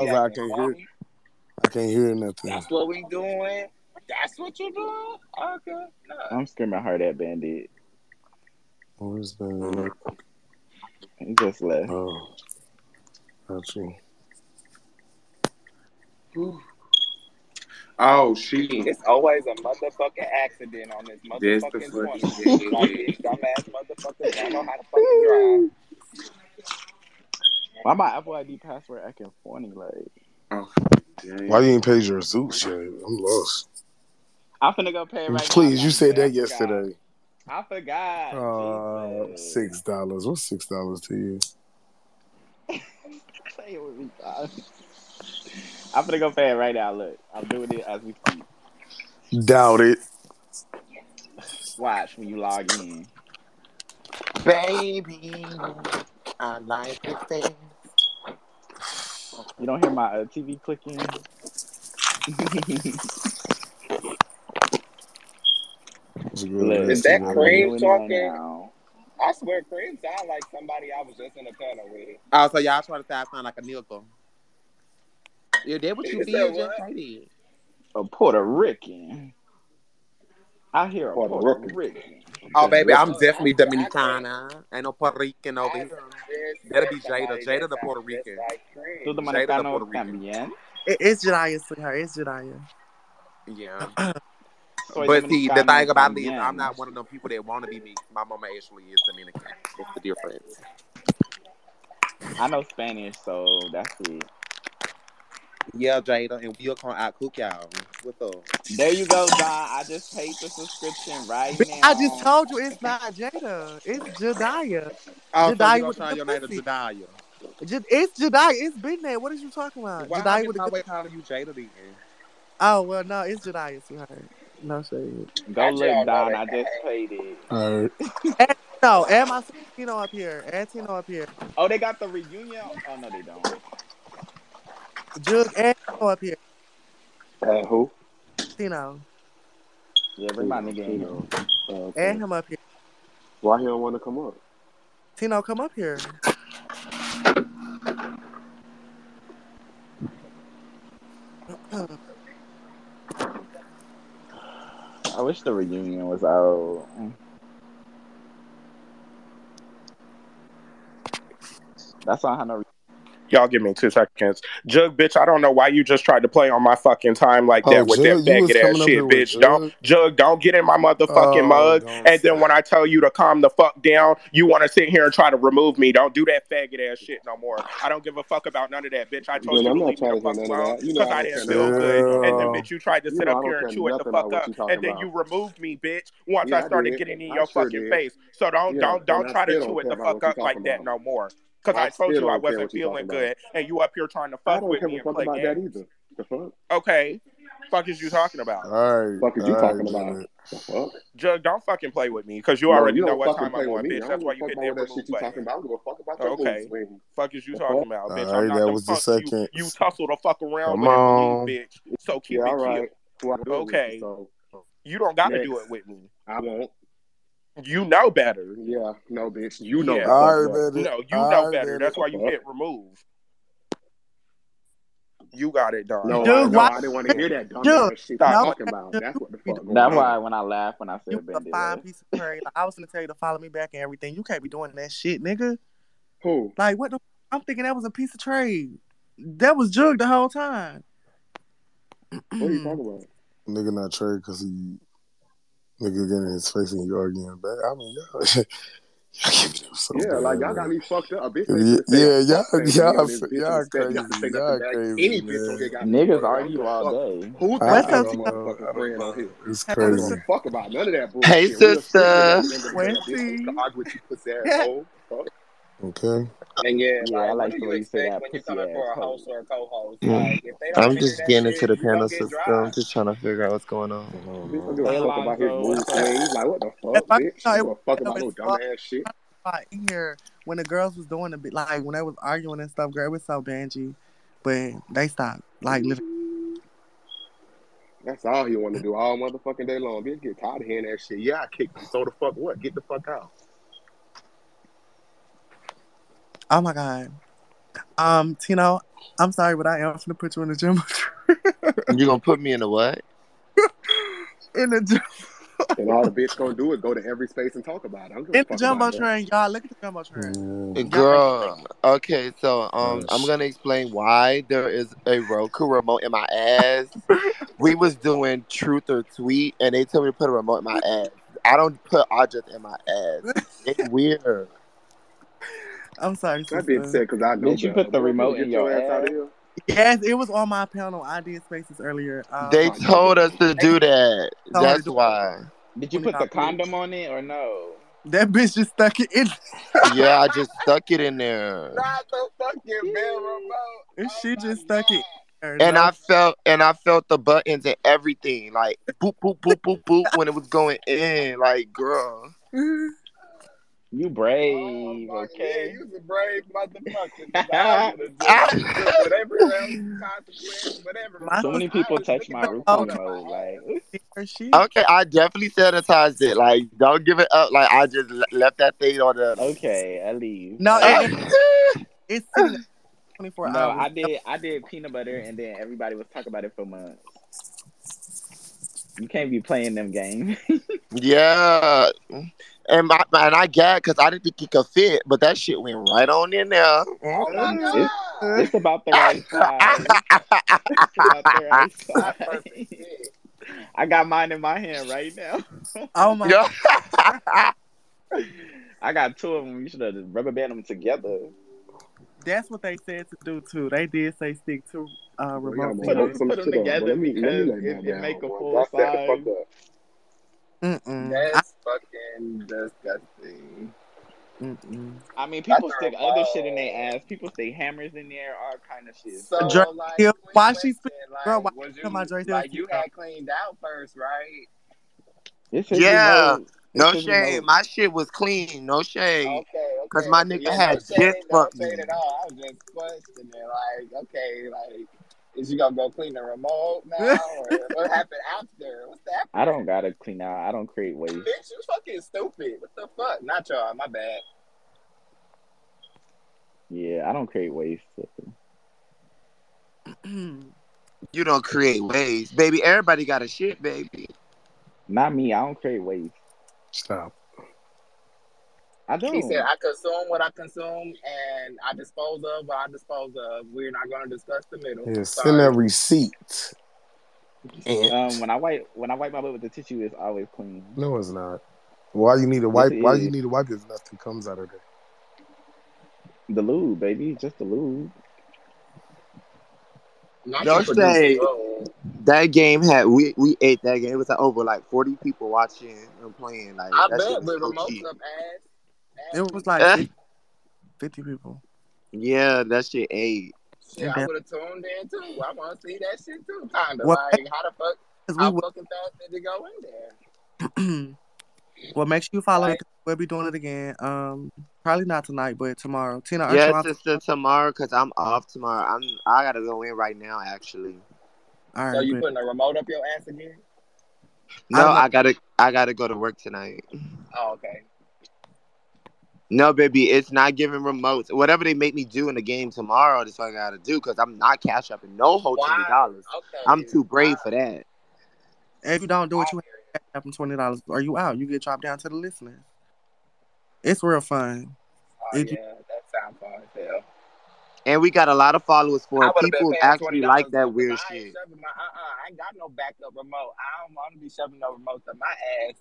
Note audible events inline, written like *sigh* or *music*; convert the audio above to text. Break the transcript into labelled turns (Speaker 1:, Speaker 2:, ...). Speaker 1: That's why I can't hear. I can't hear nothing.
Speaker 2: That's what we doing. That's what you doing. Okay. No.
Speaker 3: I'm screaming hard at Bandit.
Speaker 1: Where's the?
Speaker 3: He just left.
Speaker 1: Oh, that's you.
Speaker 4: Oh shit!
Speaker 2: It's always a motherfucking accident on this
Speaker 4: That's the
Speaker 2: motherfucking corner.
Speaker 4: fucking
Speaker 2: Like these dumbass motherfuckers don't know how to fucking drive.
Speaker 3: Why my Apple ID password acting funny? Like
Speaker 4: Damn.
Speaker 1: Why you ain't paid your Zeus yet? I'm lost.
Speaker 3: I'm finna go pay it right now.
Speaker 1: Please, you said
Speaker 3: I
Speaker 1: that
Speaker 3: forgot.
Speaker 1: yesterday.
Speaker 3: I forgot.
Speaker 1: Uh,
Speaker 3: Jesus.
Speaker 1: six dollars. What's six dollars to you?
Speaker 3: Play it with me, dog. I'm finna go pay it right now. Look, I'm doing it as we speak.
Speaker 1: Doubt it.
Speaker 3: Watch when you log in.
Speaker 2: Baby, I like this thing.
Speaker 3: You don't hear my uh, TV clicking. *laughs*
Speaker 1: It's a
Speaker 3: Look,
Speaker 1: good
Speaker 2: Is that
Speaker 1: ass,
Speaker 2: cream
Speaker 3: I'm doing it
Speaker 2: talking?
Speaker 3: now.
Speaker 2: I swear, Cream sound like somebody I was just in the panel with.
Speaker 5: Oh, so y'all trying to say I sound like a nigga. Yeah, that what you
Speaker 2: You said
Speaker 5: did,
Speaker 2: what?
Speaker 5: just say that.
Speaker 3: A Puerto Rican. I hear a
Speaker 4: Puerto
Speaker 3: Puerto,
Speaker 4: Rican.
Speaker 3: Rican.
Speaker 5: Oh, baby, I'm
Speaker 2: Look,
Speaker 5: definitely
Speaker 2: I- I-
Speaker 5: Dominicana. Ain't no Puerto Rican over
Speaker 2: I
Speaker 5: here.
Speaker 2: just
Speaker 5: That'll
Speaker 2: met
Speaker 5: be Jada.
Speaker 2: somebody
Speaker 5: Jada
Speaker 2: that
Speaker 5: the
Speaker 2: sound
Speaker 5: Puerto
Speaker 2: just
Speaker 5: Rican.
Speaker 2: Like Cream.
Speaker 3: Tú
Speaker 5: Jada the Puerto
Speaker 3: dominicano
Speaker 5: Rican.
Speaker 3: también.
Speaker 5: It, it's Jediah, sweetheart. It's Jediah. Yeah.
Speaker 3: Soy
Speaker 5: But see, the
Speaker 3: dominicano
Speaker 5: thing about me is
Speaker 3: también.
Speaker 5: I'm not one of them people that want to be me. My mama actually is Dominican. That's the difference.
Speaker 3: I know Spanish, so that's it.
Speaker 5: Yeah, Jada, and we'll come out cook y'all. What's up?
Speaker 3: There you go, Don. I just paid the subscription right now.
Speaker 6: I just told you it's not Jada. It's Jediah.
Speaker 5: Oh, so
Speaker 6: Jedi
Speaker 5: you gonna
Speaker 6: with
Speaker 5: try
Speaker 6: the
Speaker 5: your name to
Speaker 6: pussy.
Speaker 5: Jediah.
Speaker 6: Je- it's Jediah. It's been there. What are you talking about?
Speaker 5: Why
Speaker 6: Jediah
Speaker 5: am
Speaker 6: with
Speaker 5: I
Speaker 6: a good-
Speaker 5: always calling you Jada then?
Speaker 6: Oh well, no, it's Jediah, sweetheart. No shade.
Speaker 3: Go look, Don. I just paid it.
Speaker 1: All right.
Speaker 6: No, and my Tino up here. And Tino up here.
Speaker 3: Oh, they got the reunion. Oh no, they don't.
Speaker 6: Jug and Tino up here.
Speaker 4: Uh, who?
Speaker 6: Tino.
Speaker 3: Yeah, bring my nigga in. here.
Speaker 4: Uh, okay.
Speaker 6: And him up here.
Speaker 4: Why he don't want to come up?
Speaker 6: Tino, come up here.
Speaker 3: I wish the reunion was out. That's not how no.
Speaker 7: Y'all give me two seconds. Jug, bitch, I don't know why you just tried to play on my fucking time like
Speaker 1: Oh,
Speaker 7: that with
Speaker 1: Jug,
Speaker 7: that
Speaker 1: you was
Speaker 7: faggot
Speaker 1: coming
Speaker 7: ass shit,
Speaker 1: up here with
Speaker 7: bitch. Don't, Jug, don't get in my motherfucking
Speaker 1: Oh,
Speaker 7: mug.
Speaker 1: don't
Speaker 7: And then
Speaker 1: say
Speaker 7: when I tell you to calm the fuck down, you want to sit here and try to remove me. Don't do that faggot ass shit no more. I don't give a fuck about none of that, bitch. I told
Speaker 4: Man,
Speaker 7: you
Speaker 4: I'm
Speaker 7: to
Speaker 4: not
Speaker 7: leave me
Speaker 4: trying
Speaker 7: the
Speaker 4: to
Speaker 7: fuck
Speaker 4: do none of
Speaker 7: alone
Speaker 4: that. You know
Speaker 7: because I
Speaker 4: I
Speaker 7: didn't
Speaker 4: don't
Speaker 1: care
Speaker 7: feel
Speaker 1: nothing
Speaker 7: good. And
Speaker 1: about
Speaker 7: then,
Speaker 1: that.
Speaker 7: bitch, you tried to
Speaker 4: You
Speaker 7: sit
Speaker 4: know
Speaker 7: up
Speaker 4: I don't
Speaker 7: here and
Speaker 4: care
Speaker 7: chew it the fuck
Speaker 4: nothing about what
Speaker 7: up.
Speaker 4: you talking
Speaker 7: And then
Speaker 4: about.
Speaker 7: you removed me, bitch, once
Speaker 4: Yeah,
Speaker 7: I
Speaker 4: I
Speaker 7: started
Speaker 4: did.
Speaker 7: getting in
Speaker 4: I
Speaker 7: your
Speaker 4: sure
Speaker 7: fucking
Speaker 4: did.
Speaker 7: face. So don't,
Speaker 4: Yeah,
Speaker 7: don't, don't
Speaker 4: and I
Speaker 7: try to
Speaker 4: still don't
Speaker 7: chew it
Speaker 4: care
Speaker 7: the
Speaker 4: about
Speaker 7: fuck
Speaker 4: what
Speaker 7: up
Speaker 4: you
Speaker 7: like
Speaker 4: talking
Speaker 7: that
Speaker 4: about.
Speaker 7: no more. Because
Speaker 4: I
Speaker 7: I, told
Speaker 4: still
Speaker 7: you I
Speaker 4: don't care
Speaker 7: wasn't
Speaker 4: what you talking
Speaker 7: feeling
Speaker 4: about.
Speaker 7: good, and you up here trying to
Speaker 4: I
Speaker 7: fuck
Speaker 4: don't
Speaker 7: with
Speaker 4: give
Speaker 7: me
Speaker 4: a
Speaker 7: and
Speaker 4: fuck
Speaker 7: play
Speaker 4: about
Speaker 7: games.
Speaker 4: that either. The fuck?
Speaker 7: Okay. Fuck is you talking about?
Speaker 1: All right.
Speaker 4: Fuck is you
Speaker 1: All
Speaker 4: talking
Speaker 1: right,
Speaker 4: about?
Speaker 1: Jada.
Speaker 4: The fuck?
Speaker 7: Jug, don't fucking play with me because you
Speaker 4: No,
Speaker 7: already
Speaker 4: you
Speaker 7: know
Speaker 4: don't
Speaker 7: what
Speaker 4: fucking
Speaker 7: time
Speaker 4: play
Speaker 7: I'm
Speaker 4: with
Speaker 7: on,
Speaker 4: me. I
Speaker 7: bitch.
Speaker 4: don't
Speaker 7: That's
Speaker 4: give a
Speaker 7: why
Speaker 4: fuck
Speaker 7: you hit
Speaker 4: about
Speaker 7: that
Speaker 4: all that shit
Speaker 7: remove
Speaker 4: you
Speaker 7: button.
Speaker 4: talking about. I don't give a fuck about your
Speaker 7: Okay.
Speaker 4: okay. swing.
Speaker 7: Fuck is you
Speaker 4: The
Speaker 7: talking about, bitch? I'm
Speaker 1: All right,
Speaker 7: not
Speaker 1: that
Speaker 7: the
Speaker 1: was the
Speaker 7: punk you
Speaker 1: second.
Speaker 7: you tussle the fuck around
Speaker 1: Come
Speaker 7: with
Speaker 1: on.
Speaker 7: and believe, bitch. So keep
Speaker 4: Yeah,
Speaker 7: it
Speaker 4: all right.
Speaker 7: cute.
Speaker 4: Well, I will with
Speaker 7: Okay.
Speaker 4: you, So
Speaker 7: You don't gotta do
Speaker 4: Next.
Speaker 7: it with me.
Speaker 4: I won't.
Speaker 7: You know better.
Speaker 4: Yeah, no, bitch. You know
Speaker 7: Yeah.
Speaker 4: the fuck
Speaker 1: All right,
Speaker 4: that.
Speaker 1: baby.
Speaker 7: No, you
Speaker 1: All
Speaker 7: know
Speaker 1: right,
Speaker 7: better.
Speaker 1: baby.
Speaker 7: That's why you hit remove. You got it, dog.
Speaker 4: No,
Speaker 6: Dude,
Speaker 4: I, no,
Speaker 6: why-
Speaker 4: I didn't want to hear that dumb
Speaker 6: Dude,
Speaker 4: ass shit you
Speaker 7: stop.
Speaker 4: talking about. That's what the fuck. going
Speaker 3: That's why
Speaker 4: on.
Speaker 3: when I laugh when I
Speaker 6: You
Speaker 3: said
Speaker 6: a
Speaker 3: Bendy.
Speaker 6: fine piece of prey. Like, I was gonna tell you to follow me back and everything. You can't be doing that shit, nigga.
Speaker 4: Who?
Speaker 6: Like what the I'm thinking that was a piece of trade. That was jug the whole time.
Speaker 4: What are you talking about?
Speaker 1: Nigga not trade because he nigga get in his face and you arguing back. I mean, y'all, y'all *laughs* give it up so
Speaker 4: Yeah,
Speaker 1: bad,
Speaker 4: like y'all got
Speaker 1: man.
Speaker 4: me fucked up. A bitch.
Speaker 1: Yeah,
Speaker 4: ain't finna say
Speaker 1: yeah,
Speaker 4: a
Speaker 1: y'all, y'all,
Speaker 4: fuck thing to me on
Speaker 1: y'all,
Speaker 4: this bitch
Speaker 1: y'all crazy. Y'all
Speaker 4: and this bitch can say nothing back.
Speaker 1: crazy.
Speaker 4: Any bitch
Speaker 1: man.
Speaker 4: don't get got me
Speaker 3: Niggas
Speaker 4: fucked up. I don't
Speaker 3: argue
Speaker 4: give a fuck.
Speaker 3: all day.
Speaker 4: Who
Speaker 1: I,
Speaker 4: thinks
Speaker 1: I
Speaker 4: I'm
Speaker 1: don't
Speaker 4: your
Speaker 1: know. I
Speaker 4: motherfucking
Speaker 1: don't
Speaker 4: friend on
Speaker 1: know.
Speaker 4: here?
Speaker 1: It's
Speaker 6: Hey,
Speaker 4: I don't
Speaker 1: crazy.
Speaker 4: give
Speaker 6: sister.
Speaker 4: a fuck about none of that bullshit.
Speaker 5: Hey,
Speaker 4: We are strictly
Speaker 5: sister.
Speaker 4: on the
Speaker 6: Where's
Speaker 4: independent. Bitch, who's
Speaker 6: he?
Speaker 4: to argue with you,
Speaker 1: *laughs*
Speaker 4: pussy asshole? Fuck.
Speaker 1: Okay.
Speaker 2: And yeah,
Speaker 3: Yeah,
Speaker 2: like,
Speaker 3: I like
Speaker 2: what
Speaker 3: the
Speaker 2: do you
Speaker 3: way you say
Speaker 2: expect
Speaker 3: that
Speaker 2: when you're
Speaker 3: pussy
Speaker 2: coming for a
Speaker 3: ass hoe.
Speaker 2: host or a co-host?
Speaker 5: Mm.
Speaker 2: Like, if they don't
Speaker 5: I'm
Speaker 2: figure
Speaker 5: just
Speaker 2: that
Speaker 5: getting into
Speaker 2: shit,
Speaker 5: the
Speaker 2: you don't
Speaker 5: panel
Speaker 2: get
Speaker 5: system.
Speaker 2: dry.
Speaker 5: I'm just trying to figure out what's going on.
Speaker 4: Bitch don't give
Speaker 3: Hey,
Speaker 4: a fuck about his
Speaker 3: Lonzo,
Speaker 4: mood
Speaker 3: what's up?
Speaker 4: swings. Like what the
Speaker 6: That's
Speaker 4: fuck,
Speaker 6: why-
Speaker 4: bitch?
Speaker 6: no,
Speaker 4: You
Speaker 6: it
Speaker 4: give a fuck
Speaker 6: no,
Speaker 4: about no
Speaker 6: it's
Speaker 4: dumb ass shit.
Speaker 6: spot in here when the girls was doing a bit like when they was arguing and stuff, girl, it was so bangy. But they stopped. Like literally
Speaker 4: That's all he want to do all motherfucking day long. Bitch, get tired of hearing that shit. Yeah, I kicked him. So the fuck what? Get the fuck out.
Speaker 6: Oh my god. Um, Tino, I'm sorry, but I am finna put you in the gym.
Speaker 8: You gonna put me in the what?
Speaker 6: *laughs* in the gym.
Speaker 4: And all the bitch gonna do is go to every space and talk about Mm. it. I'm
Speaker 6: In the jumbo train, y'all. Look at the jumbo train.
Speaker 1: Yeah.
Speaker 8: Girl, okay, so
Speaker 1: Oh,
Speaker 8: um, I'm
Speaker 1: sh-
Speaker 8: gonna explain why there is a Roku remote in my ass. we was doing truth or tweet, and they told me to put a remote in my ass. I don't put object in my ass.
Speaker 6: *laughs*
Speaker 8: It's weird.
Speaker 6: Oh I'm sorry.
Speaker 4: That
Speaker 6: sister.
Speaker 4: bitch said because I know.
Speaker 3: Did you
Speaker 4: better.
Speaker 3: put the remote
Speaker 4: Get
Speaker 3: in your
Speaker 4: out of
Speaker 3: ass?
Speaker 4: here.
Speaker 6: Yes, it was on my panel. I did spaces earlier. Um,
Speaker 8: They told us to do that.
Speaker 6: Told her
Speaker 8: That's
Speaker 6: to-
Speaker 8: why.
Speaker 3: Did you put the condom on it or no?
Speaker 6: that bitch just stuck it in.
Speaker 8: Yeah, I just stuck it in there,
Speaker 2: Not the fucking bell remote.
Speaker 6: And she
Speaker 2: my
Speaker 6: just stuck it. There,
Speaker 8: and
Speaker 6: no-
Speaker 8: I felt and I felt the buttons and everything, like boop boop boop boop boop when it was going in.
Speaker 6: *laughs*
Speaker 8: Like, girl,
Speaker 3: You
Speaker 2: God.
Speaker 3: brave,
Speaker 2: Oh, my- Yeah,
Speaker 3: okay?
Speaker 2: you's a brave motherfucker. 'cause I would've just- whatever else, consequence, whatever.
Speaker 6: My-
Speaker 3: So many
Speaker 2: I
Speaker 3: people
Speaker 2: was
Speaker 3: touch
Speaker 2: looking
Speaker 3: my
Speaker 2: for
Speaker 3: root
Speaker 6: Oh,
Speaker 2: something
Speaker 3: remote.
Speaker 2: in my
Speaker 3: Like,
Speaker 6: There she.
Speaker 8: okay, I definitely sanitized it. Like, don't give it up. Like, I just le- left that thing on the.
Speaker 3: okay, I leave.
Speaker 6: No,
Speaker 8: uh,
Speaker 3: I,
Speaker 6: it- It's sitting 24
Speaker 3: no,
Speaker 6: hours.
Speaker 3: I did. I did peanut butter, and then everybody was talking about it for months. You can't be playing them games.
Speaker 8: *laughs* Yeah, and my and I gagged because I didn't think it could fit, but that shit went right on
Speaker 2: *laughs*
Speaker 8: in there.
Speaker 2: Oh my
Speaker 3: It's-
Speaker 2: god!
Speaker 3: it's about the right size. It's about the right
Speaker 2: Not
Speaker 3: size.
Speaker 2: perfect fit.
Speaker 3: I got mine in my hand right now.
Speaker 6: Oh my.
Speaker 8: Yeah.
Speaker 3: I got two of them. You should have just rubber band them together.
Speaker 6: That's what they said to do too. They did say stick to uh,
Speaker 4: Well,
Speaker 6: remote.
Speaker 4: y'all
Speaker 3: Put
Speaker 4: gonna
Speaker 3: them,
Speaker 4: work some
Speaker 3: put them
Speaker 4: shit on,
Speaker 3: together
Speaker 4: but let me- let me
Speaker 3: because
Speaker 4: lay
Speaker 3: it,
Speaker 4: mine
Speaker 3: it
Speaker 4: down,
Speaker 3: make a
Speaker 4: boy.
Speaker 3: full
Speaker 4: Y'all set the
Speaker 3: size.
Speaker 4: fuck up.
Speaker 6: Mm-mm.
Speaker 2: That's fucking disgusting.
Speaker 6: Mm-mm.
Speaker 3: I mean, people
Speaker 2: That's
Speaker 3: stick
Speaker 2: a
Speaker 3: other
Speaker 2: lot.
Speaker 3: shit in their ass. People stick hammers in there, all kind of shit.
Speaker 2: So
Speaker 6: Dre-
Speaker 2: like,
Speaker 6: yeah,
Speaker 2: quick
Speaker 6: why she
Speaker 2: question, like,
Speaker 6: girl, why
Speaker 2: was
Speaker 6: she on my Dre
Speaker 2: you
Speaker 6: Hill
Speaker 2: like you
Speaker 6: shit,
Speaker 2: had cleaned out first, right?
Speaker 3: This is
Speaker 8: Yeah.
Speaker 3: remote.
Speaker 8: No
Speaker 3: This is
Speaker 8: shame.
Speaker 3: remote.
Speaker 8: My shit was clean. No shame.
Speaker 2: Okay, okay.
Speaker 8: Cause my
Speaker 2: okay.
Speaker 8: nigga
Speaker 2: Yeah,
Speaker 8: had
Speaker 2: no shade,
Speaker 8: just
Speaker 2: no
Speaker 8: fucked me.
Speaker 2: shade at all. I was just questioning, like, okay, like, is you gonna go clean the remote now, or
Speaker 6: *laughs*
Speaker 2: what happened after? What's that?
Speaker 3: I don't gotta clean out. I don't create waste.
Speaker 2: Bitch, you fucking stupid. What the fuck? Not y'all. My bad.
Speaker 3: Yeah, I don't create waste.
Speaker 8: You don't create ways, baby. Everybody got a shit, baby.
Speaker 3: Not me. I don't create waste.
Speaker 1: Stop.
Speaker 3: I don't.
Speaker 2: He
Speaker 6: Hmm.
Speaker 2: said, I consume what I consume, and I dispose of what I dispose of. We're not gonna discuss the middle.
Speaker 1: Yeah, send
Speaker 2: Sorry.
Speaker 1: that receipt. And
Speaker 3: um, when I wipe when I wipe my butt with the tissue, it's always clean.
Speaker 1: no, it's not. Why you need a wipe? Why
Speaker 3: is.
Speaker 1: you need a wipe if nothing comes out of there?
Speaker 3: The lube, baby, just the lube.
Speaker 2: Not
Speaker 8: No
Speaker 2: you produce
Speaker 8: shade.
Speaker 2: your own.
Speaker 8: That game had we we ate that game. It was like over like forty people watching and playing. Like
Speaker 2: I
Speaker 8: that shit
Speaker 2: bet
Speaker 8: was
Speaker 2: with
Speaker 8: so
Speaker 2: remotes
Speaker 8: cheap.
Speaker 2: up ass.
Speaker 6: *clears throat* It was
Speaker 8: Eh.
Speaker 6: like 50, 50 people.
Speaker 8: Yeah, that shit ate.
Speaker 2: Shit, I would have tuned in too. I want to see that shit too, kind of.
Speaker 6: What-
Speaker 2: Like, how the fuck,
Speaker 6: 'Cause we
Speaker 2: how
Speaker 6: will-
Speaker 2: fucking fast did it go in there?
Speaker 6: *clears throat* well, make sure you follow it.
Speaker 2: Right.
Speaker 6: 'cause We'll be doing it again. Um, probably not tonight, but tomorrow. Tina
Speaker 8: Yes,
Speaker 6: Armstrong.
Speaker 8: sister, tomorrow because I'm off tomorrow. I'm I gotta go in right now actually.
Speaker 6: All
Speaker 2: So
Speaker 6: right,
Speaker 2: you
Speaker 6: but
Speaker 2: putting a remote up your ass again?
Speaker 8: No,
Speaker 6: I'm-
Speaker 8: I gotta I gotta go to work tonight.
Speaker 2: Oh, okay.
Speaker 8: No, baby, it's not giving remotes. Whatever they make me do in the game tomorrow, that's what I gotta do because I'm not cash up no whole twenty dollars.
Speaker 2: Okay. oh,
Speaker 8: I'm too brave for that.
Speaker 6: if you don't do it,
Speaker 2: I
Speaker 6: you
Speaker 2: hear you.
Speaker 6: have to from twenty dollars, or you out. You get dropped down to the listeners. It's real fun.
Speaker 2: Oh,
Speaker 6: If
Speaker 2: yeah,
Speaker 6: you-
Speaker 2: that sounds fun as hell.
Speaker 8: And we got a lot of followers for
Speaker 2: I
Speaker 8: it.
Speaker 2: would've been
Speaker 8: People
Speaker 2: paying
Speaker 8: actually
Speaker 2: $20
Speaker 8: like
Speaker 2: though,
Speaker 8: that
Speaker 2: 'cause
Speaker 8: weird
Speaker 2: uh, I ain't
Speaker 8: shit.
Speaker 2: shoving my, uh-uh, I ain't got no backup remote. I don't want to be shoving no remotes up my ass.